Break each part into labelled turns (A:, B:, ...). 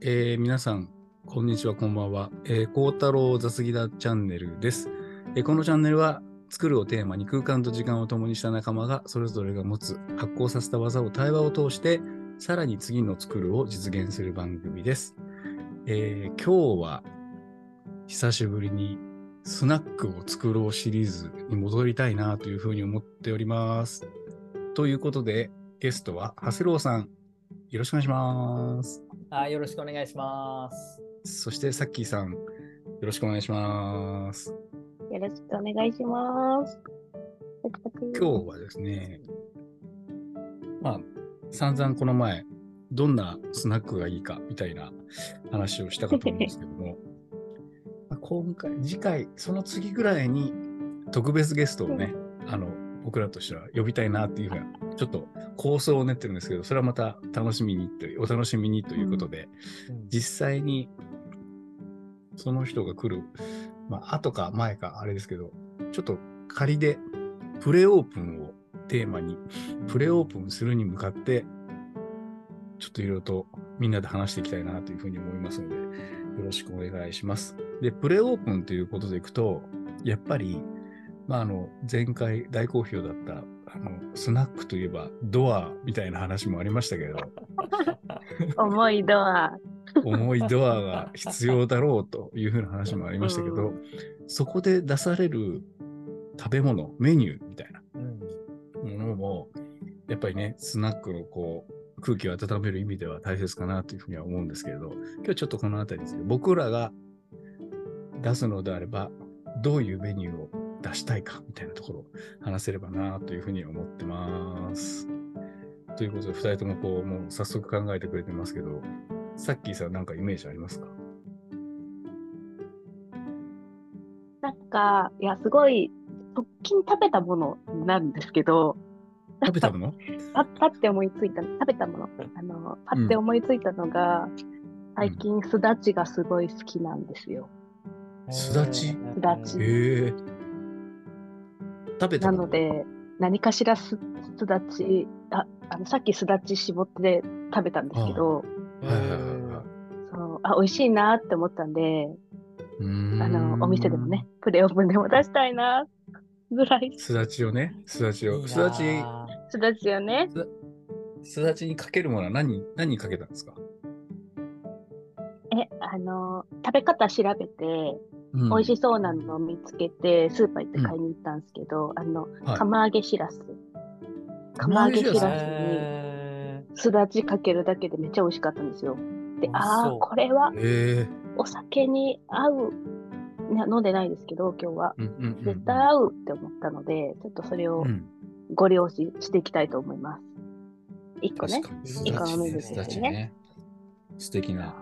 A: えー皆さん、こんにちは、こんばんは。えー、幸太郎雑技だチャンネルです、えーこのチャンネルは、作るをテーマに空間と時間を共にした仲間が、それぞれが持つ発行させた技を対話を通して、さらに次の作るを実現する番組です。えー今日は、久しぶりにスナックを作ろうシリーズに戻りたいなというふうに思っております。ということで、ゲストは、長谷郎さん、よろしくお願いします。
B: はい、よろしくお願いします。
A: そしてさっきーさん、よろしくお願いします。
C: よろしくお願いします。パクパク
A: 今日はですね、まあ、散々この前、どんなスナックがいいかみたいな話をしたかと思うんですけども、まあ今回、次回、その次ぐらいに特別ゲストをね、あの、僕らとしては呼びたいなっていうふうな、ちょっと構想を練ってるんですけど、それはまた楽しみにという、お楽しみにということで、実際にその人が来る、まあ後か前かあれですけど、ちょっと仮でプレオープンをテーマに、プレオープンするに向かって、ちょっといろいろとみんなで話していきたいなというふうに思いますので、よろしくお願いします。で、プレオープンということでいくと、やっぱり、まあ、あの、前回大好評だった、あの、スナックといえばドアみたいな話もありましたけど、
C: 重いドア。
A: 重いドアが必要だろうというふうな話もありましたけど、
C: う
A: そこで出される食べ物、メニューみたいな
B: うん
A: ものも、やっぱりね、スナックのこう空気を温める意味では大切かなというふうには思うんですけれど、今日ちょっとこのあたりですね、僕らが出すのであれば、どういうメニューを出したいかみたいなところを話せればなというふうに思ってます。ということで、2人ともこう、もう早速考えてくれてますけど、さっきさん、なんかイメージありますか
C: なんか、いや、すごい、直近食べたものなんですけど、
A: 食べた もの
C: パッパッて思いついた、食べたもの、あの、パッて思いついたのが、最近、すだちがすごい好きなんですよ。
A: すだち
C: すだち
A: へえ食べた
C: な
A: も
C: ので、何かしらすすだち、ああのさっきすだち絞って食べたんですけど、
A: はいはいはいはい
C: そうあ美味しいなって思ったんで、
A: うーん
C: あの、お店でもね、プレオープンでも出したいな、ぐらい、
A: すだちをねすだちをすだち
C: すだちよね。
A: すだちにかけるものは何何にかけたんですか、
C: え、あの、食べ方調べて、
A: うん
C: 美味しそうなのを見つけて、スーパー行って買いに行ったんですけど、あの、
A: はい
C: 釜揚げしらす。釜揚げしらす
A: 釜揚げし
C: にすだちかけるだけでめっちゃ美味しかったんですよ。
B: 美味
C: で
B: しそう、
C: ああ、これは
A: へえ
C: お酒に合う。いや飲んでないですけど、今日は。
A: うんうんうん
C: 絶対合うって思ったので、ちょっとそれを
A: うん
C: ご利用ししていきたいと思います。一個ね
A: 確。かに
B: 一
A: す
B: 個
A: だ
C: のメニュ
A: ち
C: ーです
A: す
C: ね
A: だちね素敵な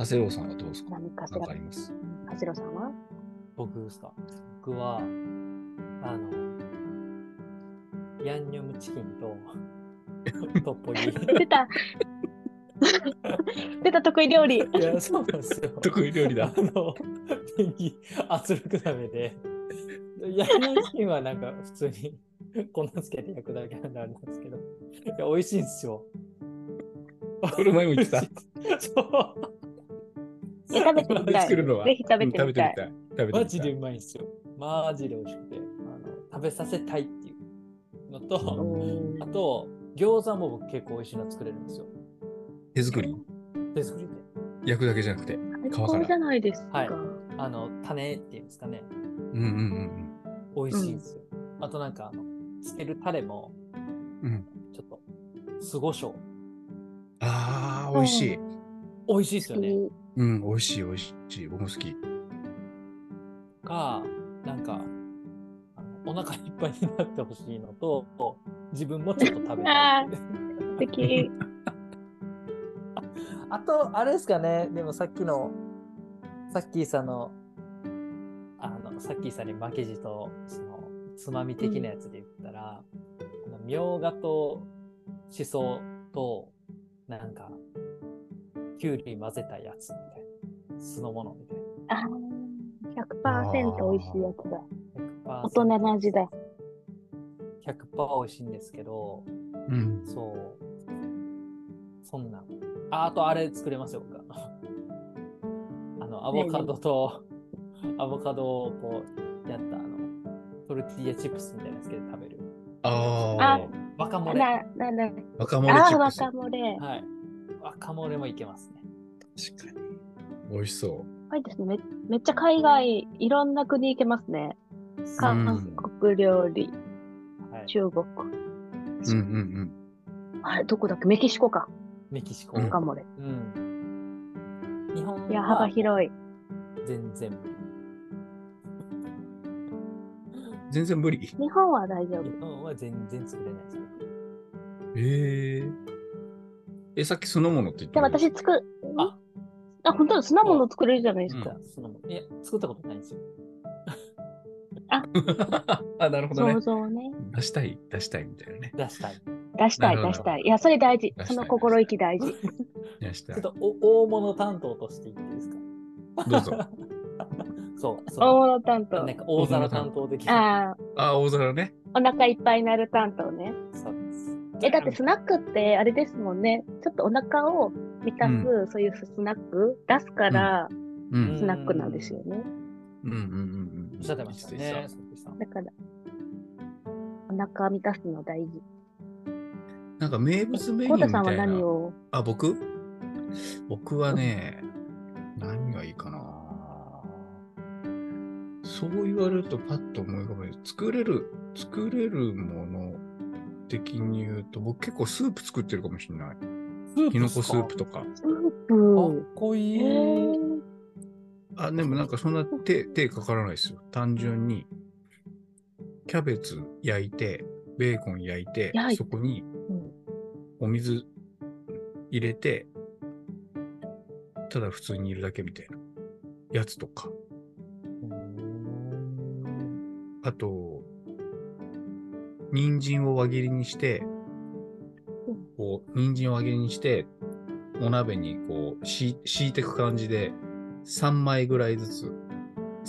A: 長谷郎さんはどうですか
C: 何かし
A: なん
C: ら
A: かあ。ります
C: はしろさんは
B: 僕ですか僕は、あの、ヤンニョムチキン と、トッポ
C: え出
B: ギ。
C: た 出た得意料理。
B: いや、そうなんですよ。
A: 得意料理 だ
B: あの、ペンギン圧力鍋で、ヤンニョムチキンはなんか普通に粉つけて焼くだけなんであれなんですけど、いや、美味しいんですよ。
A: これ前も言ってた
B: そう。
C: いや食べてみ
A: で
C: たい。
A: 作るのは
C: ぜひ食べ
A: うん
C: てみたい。
A: 食べてみたい
B: マジでうまいんですよ。マジで美味しくて、あの食べさせたいっていうのと、
C: うん
B: あと、餃子も僕結構美味しいの作れるんですよ。
A: 手作り
B: 手作りで。
A: 焼くだけじゃなくて皮から
C: 最高じゃないですか。
B: はいあの、種っていうんですかね、
A: うんうん
B: 美味しいんですよ。あとなんか、あの、つけるタレも、
A: うんうん
B: ちょっと、酢胡椒。
A: ああ美味しい
B: 美味しいですよね。
A: うん、美味しい、美味しい。僕も好き。
B: か、なんか、あのお腹いっぱいになってほしいのと、自分もちょっと食べたいっていう。
C: 素敵。
B: あと、あれですかね、でもさっきの、さっきさんの、あの、さっきさんに負けじと、その、つまみ的なやつで言ったら、あのみょうがと、しそと、なんか、きゅうり混ぜたやつみたいな。酢の物みたいな。
C: あー100%美味しいやつだ。
B: 100%
C: 大人の味だ。
B: 100%美味しいんですけど、
A: うん。
B: そう。そんなん。あ、あとあれ作れますよ、僕 は。あの、アボカドと、アボカドをこう、やった、あの、トルティーヤチップスみたいなやつけて食べる。
A: あ
C: あ
A: あ、
B: ワカモレ。は。
C: な、なんだ、
A: 若
C: あ
A: 者チ
C: あー、
A: ップス。
C: 若者。はい
B: ワカモレもいけますね。
A: 確かに。美味しそう。
C: いですねめ。めっちゃ海外、いろんな国行けますね。韓国料理、
B: はい。
C: 中国。
A: うんうんうん。
C: あれ、どこだっけメキシコか。
B: メキシコ。
A: う
C: オ
A: ん
C: カモレ。
B: うん。日本
C: いや、
B: は
C: 幅広い。
B: 全然無理。
A: 全然無理。
C: 日本は大丈夫
B: 日。本は全然作れないです。
A: えええ、さっき酢の物って言って
C: で、
A: た。
C: 私作る。
B: あ
C: あ、本当だ、酢の物作れるじゃないです
B: 僕
C: か。
B: はそのいや、作ったことないんですよ。
A: あ、なるほどね
C: 想。像をね。
A: 出したい、出したいみたいなね。
B: 出したい。
C: 出したい、
A: なるほ
C: 出
A: ど
C: したい。いや、それ大事
A: 出。した
C: そ
A: い
C: の心意気大事。
A: 出し
B: ち
A: た
B: ょっ
A: い。
B: とお大物担当としていっていいですか
A: どうぞ。
B: そう、そ
C: 大
B: の
C: 物担当
B: なん。か大皿担当できる。
C: ああ、
A: あ、大皿ね。
C: お腹いっぱいになる担当ね。
B: そうです
C: え、だってスナックってあれですもんね。ちょっとお腹を満たす、そういうスナック出すから、
A: うん。
C: スナックなんですよね。
A: うんうんうんうん。
B: おっしゃってましたね。鈴木さん
C: だから、お腹満たすの大事。
A: なんか名物メニュ
C: コ
A: ー
C: ウ
A: みた
C: タ
A: い
C: さんは
A: な。
C: 何を
A: あ、僕僕はね、何がいいかな。そう言われるとパッと思い浮かばない。作れる、作れるもの的に言うと、僕結構スープ作ってるかもしれない。きのこスープとか。
C: スー
B: かっ
C: プ。
B: こい
C: え
B: い。
C: ー、
A: あ、でもなんかそんな手、手かからないですよ。単純に、キャベツ焼いて、ベーコン焼いて、
C: 焼いて
A: そこにお水入れて、ただ普通にいるだけみたいなやつとか。あと、人参を輪切りにして
C: うん、
A: こう、人参を輪切りにして、お鍋にこう、し敷いていく感じで、3枚ぐらいずつ、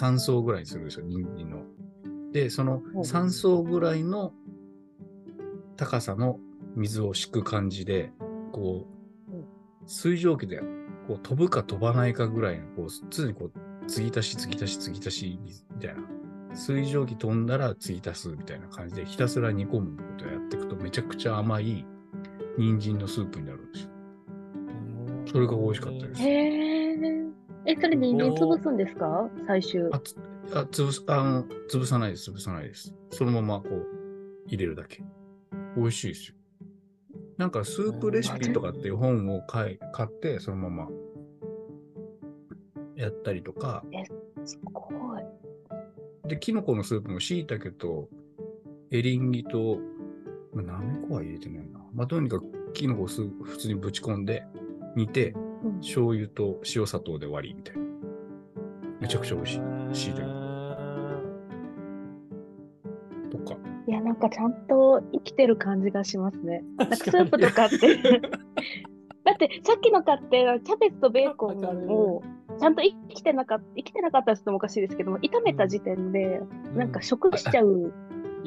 A: 3層ぐらいにするでしょ、人参の。で、その
C: うん
A: 3層ぐらいの高さの水を敷く感じで、こ
C: うん
A: う、水蒸気でこう飛ぶか飛ばないかぐらいの、こう、常にこう、継ぎ足し、継ぎ足し、継ぎ足し、みたいな。水蒸気飛んだら継ぎ足すみたいな感じでひたすら煮込むことをやっていくとめちゃくちゃ甘い人参のスープになるんですよ。それが美味しかったです
C: えー、え、それ人参潰すんですか最終。
A: あ、つあ潰す、あの、潰さないです、潰さないです。そのままこう、入れるだけ。美味しいですよ。なんかスープレシピとかっていう本を買い買って、そのままやったりとか、
C: すごい。
A: で、キノコのスープも椎茸とエリンギと、まあなめこは入れてないな。まあ、とにかくキノコをスープ普通にぶち込んで、煮て、
C: うん
A: 醤油と塩砂糖で割りみたいな。めちゃくちゃ美味ししいというい。とか。
C: いや、なんかちゃんと生きてる感じがしますね。なんかスープとかって。だってさっきの買ってキャベツとベーコンをちゃんと生きてなかった生きてなかったって言ってもおかしいですけども炒めた時点でなんか食しちゃう、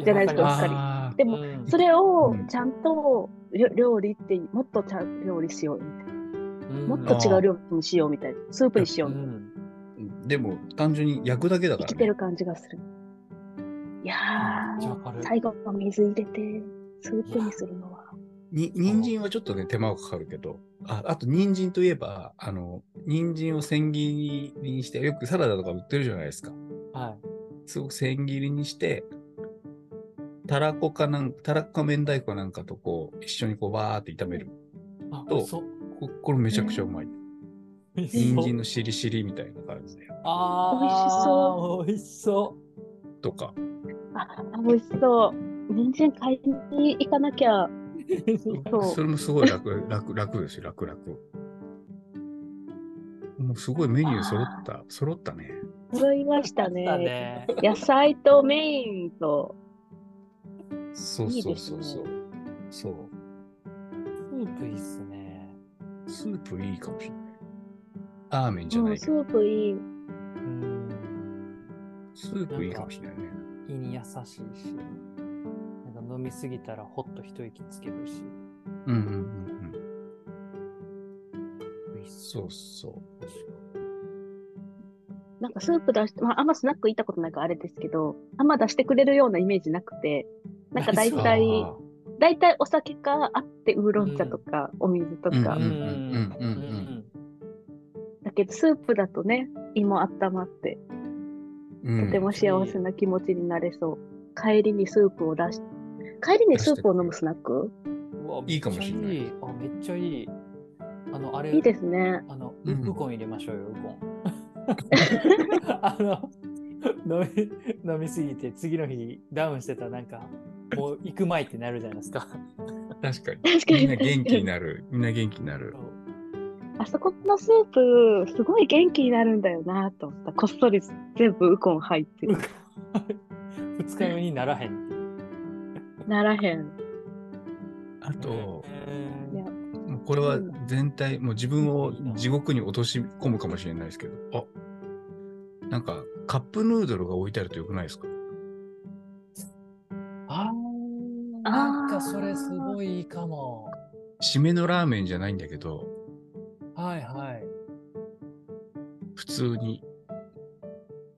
C: じゃないですか
B: やわりま
A: あ
C: でも
B: うん
C: それを
A: うん
C: ちゃんとりょ料理ってもっとちゃん料理しようみたい
B: うん
C: なもっと違う料理にしようみたいなスープにしよ
B: う
C: うみたいなん
A: ーでも、単純に焼くだけだか
C: 生き
A: ら、
C: て
A: ね
C: る。感じがするいや
B: めっちゃわかる
C: ー最後は水入れてスープにするのは
A: に、人参はちょっとね、手間はかかるけど、ああと、人参といえば、あの、人参を千切りにして、よくサラダとか売ってるじゃないですか。
B: は
A: すごく千切りにして、たらこかなんたらこか明太子かなんかとこう、一緒にこう、バーって炒める。
B: い。あ、
A: と
B: そう。
A: ここれめちゃくちゃうまい。
B: 美味し
A: 人
B: そう
A: 参のしりしりみたいな感じで。
B: ああ、美味しそ
A: とか。
C: あ美味しそう人参買いに行かなきゃ
B: う。美味しそう。
C: そう
A: それもすごい楽、楽、楽ですよ、楽、楽。もうすごいメニュー揃った、揃ったね。
C: 揃いましたね
B: だね。
C: 野菜とメインと
A: そうそうそうそう。そう。
B: スープいいっすね。
A: スープいいかもしれない。ラーメンじゃ
C: も
A: な
C: う
A: いけ
C: ス
A: ど、
C: ープいい
B: うん。
A: スープいいかもしれないね。
B: 胃に優しいし、なんか飲みすぎたらほっと一息つけるし、
A: うんうんうんうん。
B: いいっす
A: そうそ
B: 確か
C: なんかスープ出して、まあ、あんまスナック行ったことないからあれですけど、あんま出してくれるようなイメージなくて、なんか大
A: う。
C: 体、
A: あ
C: 大体お酒かあってウーロン茶とか、お水とか、
A: うんうんうんうん
C: だけどスープだとね、胃も温まって、
A: ーうん
C: とても幸せな気持ちになれそう。帰りにスープを出し、帰りにスープを飲むスナック
B: うんうわ
A: いいかもしれない
B: めっちゃいいあめっちゃいいあのあれ
C: いいですね。
B: あの、
A: う
B: うんウコン入れましょうよ、ウ コン。あの、飲み、飲みすぎて、次の日ダウンしてたらなんか、もう行く前ってなるじゃないですか。
A: 確かに。
C: 確か
A: み
C: に
A: んな元気にな る。みんな元気になる。
C: あそこのスープ、すごい元気になるんだよなと思った。こっそり全部ウコン入って
B: ウコン 二日目にならへんっていう。
C: ならへん。
A: あと、
B: えー
C: いや
A: もうこれは全体、もう自分を地獄に落とし込むかもしれないですけど、あなんかカップヌードルが置いてあるとよくないですか
B: あーなんかそれすごいいいかも。
A: 締めのラーメンじゃないんだけど、
B: はいはい。
A: 普通に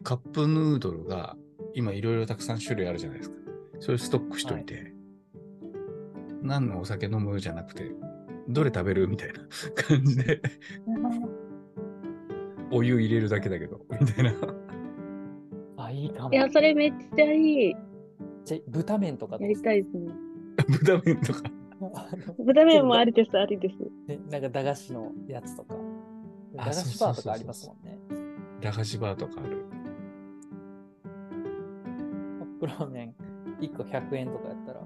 A: カップヌードルが今いろいろたくさん種類あるじゃないですか。それストックしといて、何のお酒飲むじゃなくて、どれ食べるみたいな感じで、お湯入れるだけだけど、みたいな。
B: あ、いいかも。
C: いや、それめっちゃいい。
B: じゃ豚麺とかど
C: や
B: うで
C: り
B: す
C: たいですね。
A: 豚麺とか。
B: かあの
C: 豚麺もありです、ありです。
B: ねなんか駄菓子のやつとか。駄
A: あ
B: 菓子バーと
A: そうそうそうそう
B: かありますもんね。
A: 駄菓子バーとかある。
B: カップラーメン1個100円とかやったら、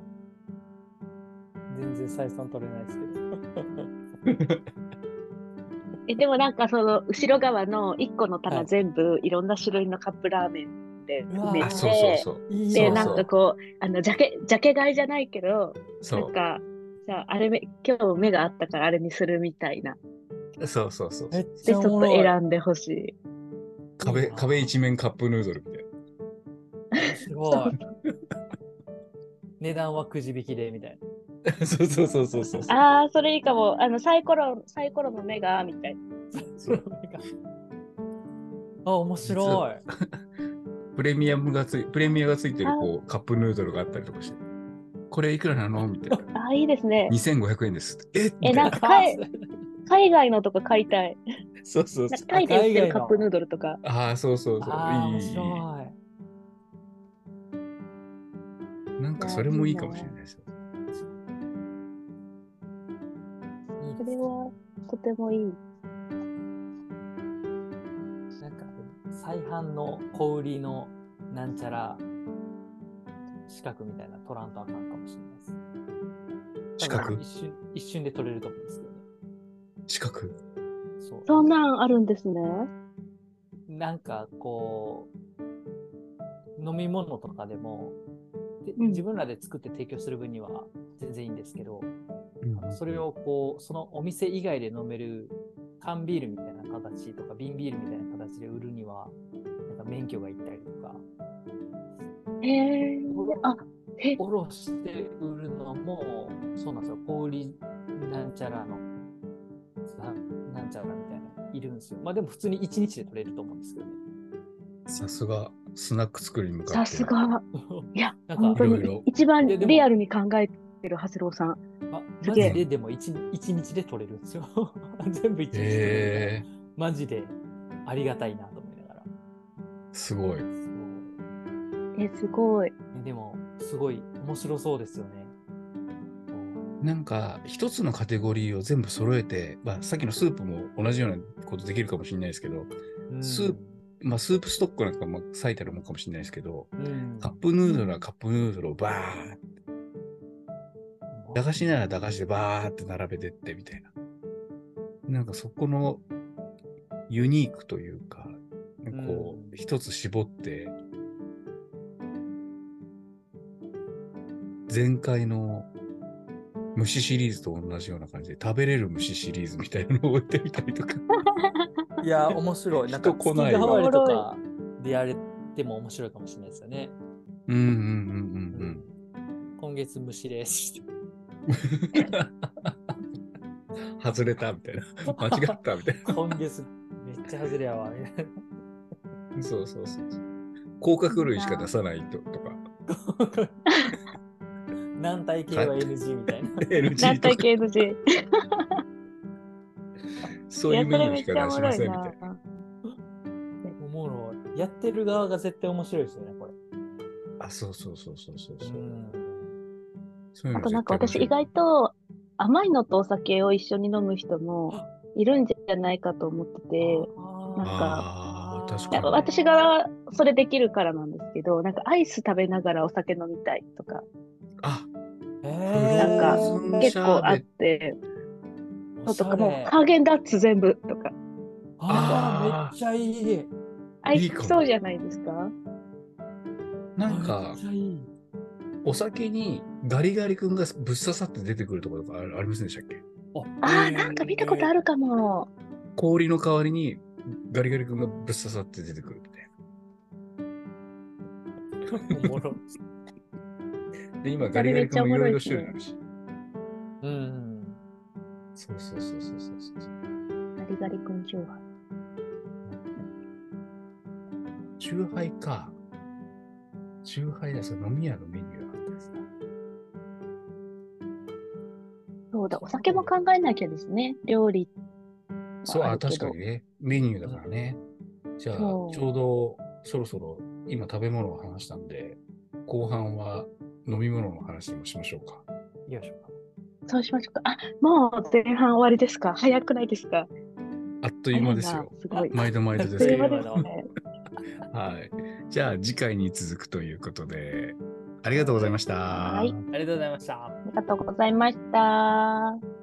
B: 全然採算取れないですけ
C: えでもなんかその後ろ側の1個の
B: は
C: 棚
B: い
C: 全部いろんな種類のカップラーメンで埋め
B: うわ
A: あ、
B: ー
A: そうそう
C: て
A: そう。
B: ど。 い
A: い
B: い
A: そ
C: で
A: よう
C: なんかこうあのジャケジャケ買いじゃないけど
A: そ
C: なんかじゃああれめ今日目があったからあれにするみたいな
A: うそうそうそう。
B: めっち
C: でち
B: ゃ
C: ょ
B: お
C: っ
B: も
C: と
B: ろい。
C: 選んでほしい
A: 壁壁一面カップヌードルみたいな。
B: すごい。値段はくじ引きでみたいな。
A: そうそうそうそうそうそう。
C: あーそれいいかもあのサイコロサイコロの目がみたいな
A: そう
B: あ、面白い。
A: プレミアムがついプレミアがついてるこうカップヌードルがあったりとかして。これいくらなのみたいな。
C: あーいいですね
A: 2500円です。え
C: えなんか海海外のとか買いたい
A: そうそう
C: なん
A: そ
C: か
A: う。
C: タイで売って
B: 海外
C: る
B: の
C: カップヌードルとか
A: ああ、そうそうそう。
B: あー
A: いい
B: 面
A: いいい
B: 白
A: い。なんかそれもいいかもしれないですよ。
B: い。いい
C: そ
B: で
C: れ
B: す
C: はとてもいい
B: なんか再販の小売りのなんちゃら資格みたいな取らんとあかんかもしれないです。
A: 資格
B: 多分一瞬一瞬で取れると思うんですけどね。
A: 近く。
B: そう
C: そんなんあるんですね
B: なんかこう飲み物とかでもで
C: うん
B: 自分らで作って提供する分には全然いいんですけど、それをこうそのお店以外で飲める缶ビールみたいな形とか瓶ビールみたいな形で売るにはなんか免許がいったりとか
C: へえあへ
B: おろして売るのもそうなんですよ氷なんちゃらのななんちゃらみたいないるんですよまあでも普通に1日で取れると思うんですけどね
A: さすがスナック作りに向かって。
C: さす。が。いや、
B: なんか
C: 本当
A: いろいろ
C: に一番
B: いやでも
C: リアルに考えてる長谷郎さん。
B: ま、
C: す
B: マ
C: げえ
B: ジででも 1, 一日で取れるんですよ。 全部1日で取れる
A: えー、
B: マジでありがたいなと思いながら。
A: すごい。
B: そう
C: え、すごい。
B: えでも、すごい面白そうですよね。
A: なんか一つのカテゴリーを全部揃えて、まあ、さっきのスープも同じようなことできるかもしれないですけど、
B: うん
A: スープ、まあ、スープストックなんかも最たるもんかもしれないですけど、
B: うん
A: カップヌードルはカップヌードルをバーッ駄菓子なら駄菓子でバーって並べてってみたいな。なんかそこのユニークというか、こ
B: う
A: うん一つ絞って、前回の虫シリーズと同じような感じで食べれる虫シリーズみたいなのを置いてみたりとか。
B: いや、面白い。なんか、
A: 人来
B: 月
A: ない
B: 替
A: わ
B: わりとかでやれても面白いかもしれないですよね。
A: うんうんうんうん
B: 今月虫です。
A: うん。外れたみたいな。間違ったみたい
B: 今月めっちゃ外れ やわ。みたい
A: な。そうそうそうそう。甲殻類しか出さないとと か、
B: な軟体系は NG みたいな。
A: NG
C: 団
A: と
C: 体
A: か、
C: 系の字。い
A: そうい
C: や、
A: う
C: そ
A: メニ
C: れ
A: ュー
C: めっ
A: し
C: ち
A: か出
C: ゃお
A: し
C: も
A: ま
C: ろ
A: せ
C: い
A: んみたいな
C: な。。
B: おもろい。やってる側が絶対面白いですよね、これ。
A: あ、そうそうそうそうそうそうう。
B: ん。
A: そういう
C: あ
A: の
C: となんか
A: 絶
C: 私
A: 対面白い
C: 意外と甘いのとお酒を一緒に飲む人もいるんじゃないかと思ってて、
B: あー
C: なんか
A: あー確
C: い
A: か
C: や
A: に
C: 私がそれできるからなんですけど、なんかアイス食べながらお酒飲みたいとか
A: あ、
B: え
C: なんか
A: フルーツ
C: 結
A: シャーベット
C: 構あって、
B: おし
C: と
B: ゃ
C: か
B: れ
C: もうハーゲンダッツ全部とか、
B: あ
A: あー
B: ーめっちゃいい。
C: アイ
A: い
C: ス
A: いかも
C: そうじゃないですか
A: なんか
B: めっちゃいい。
A: お酒にガリガリ君がぶっ刺さって出てくるとことかあありませんでしたっけ
C: あー、なんか見たことあ
B: る。
C: るかも。
A: 氷の代わりにガリガリ君がぶっ刺さって出てくるみたい
B: おもろ
A: な。で、今ガリガリ君もいろいろ種類あるし。
B: うん。
A: そうそうそうそうそうそう。
C: ガリガリ君中杯。
A: チューハイか。チューハイだ、それ飲み屋のメニューがあったんですね
C: そうだ、お酒も考えなきゃですね。料理。
A: そう、あ、
C: あるけど
A: 確かにね。メニューだからね。じゃあ、ち
C: そ
A: ょ
C: う
A: うどそろそろ今食べ物を話したんで、後半は飲み物の話でもしましょうか。
B: よいしょ。
C: そうしましょうか。あ、もう前半終わりですか早くないですか
A: あっという間ですよ。
C: すごい。あっ
A: 毎度毎度です
C: とい
A: け
C: う
A: ど
C: 間。ですね。
A: はい。じゃあ次回に続くということで、ありがとうございました。
C: はい
B: ありがとうございました。
C: ありがとうございました。